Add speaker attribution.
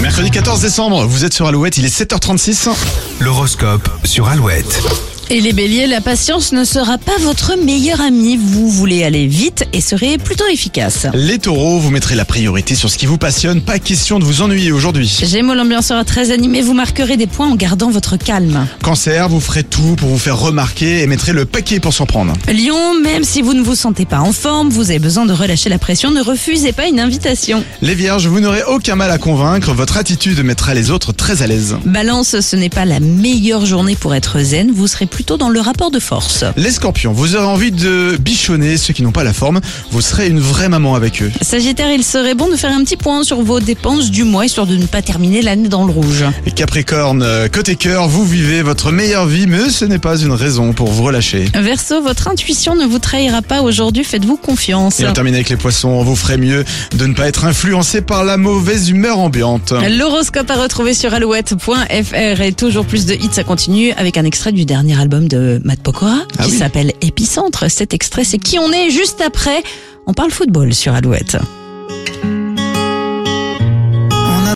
Speaker 1: mercredi 14 décembre, vous êtes sur Alouette, il est 7h36.
Speaker 2: L'horoscope sur Alouette.
Speaker 3: Et les béliers, la patience ne sera pas votre meilleur ami. Vous voulez aller vite et serez plutôt efficace.
Speaker 1: Les taureaux, vous mettrez la priorité sur ce qui vous passionne, pas question de vous ennuyer aujourd'hui.
Speaker 3: Gémeaux, l'ambiance sera très animée. Vous marquerez des points en gardant votre calme.
Speaker 1: Cancer, vous ferez tout pour vous faire remarquer et mettrez le paquet pour s'en prendre.
Speaker 3: Lion, même si vous ne vous sentez pas en forme, vous avez besoin de relâcher la pression. Ne refusez pas une invitation.
Speaker 1: Les vierges, vous n'aurez aucun mal à convaincre, votre attitude mettra les autres très à l'aise.
Speaker 3: Balance, ce n'est pas la meilleure journée pour être zen. Vous serez plutôt dans le rapport de force.
Speaker 1: Les scorpions, vous aurez envie de bichonner ceux qui n'ont pas la forme, vous serez une vraie maman avec eux.
Speaker 3: Sagittaire, il serait bon de faire un petit point sur vos dépenses du mois histoire de ne pas terminer l'année dans le rouge.
Speaker 1: Et Capricorne, euh, côté cœur, vous vivez votre meilleure vie, mais ce n'est pas une raison pour vous relâcher.
Speaker 3: Verseau, votre intuition ne vous trahira pas aujourd'hui. Faites-vous confiance.
Speaker 1: Et on termine avec les poissons, vous ferez mieux de ne pas être influencé par la mauvaise humeur ambiante.
Speaker 3: L'horoscope à retrouver sur alouette.fr et toujours plus de hits, ça continue avec un extrait du dernier album de Matt Pokora
Speaker 1: Ah
Speaker 3: qui
Speaker 1: oui.
Speaker 3: s'appelle Épicentre. Cet extrait, c'est qui on est juste après. On parle football sur Alouette.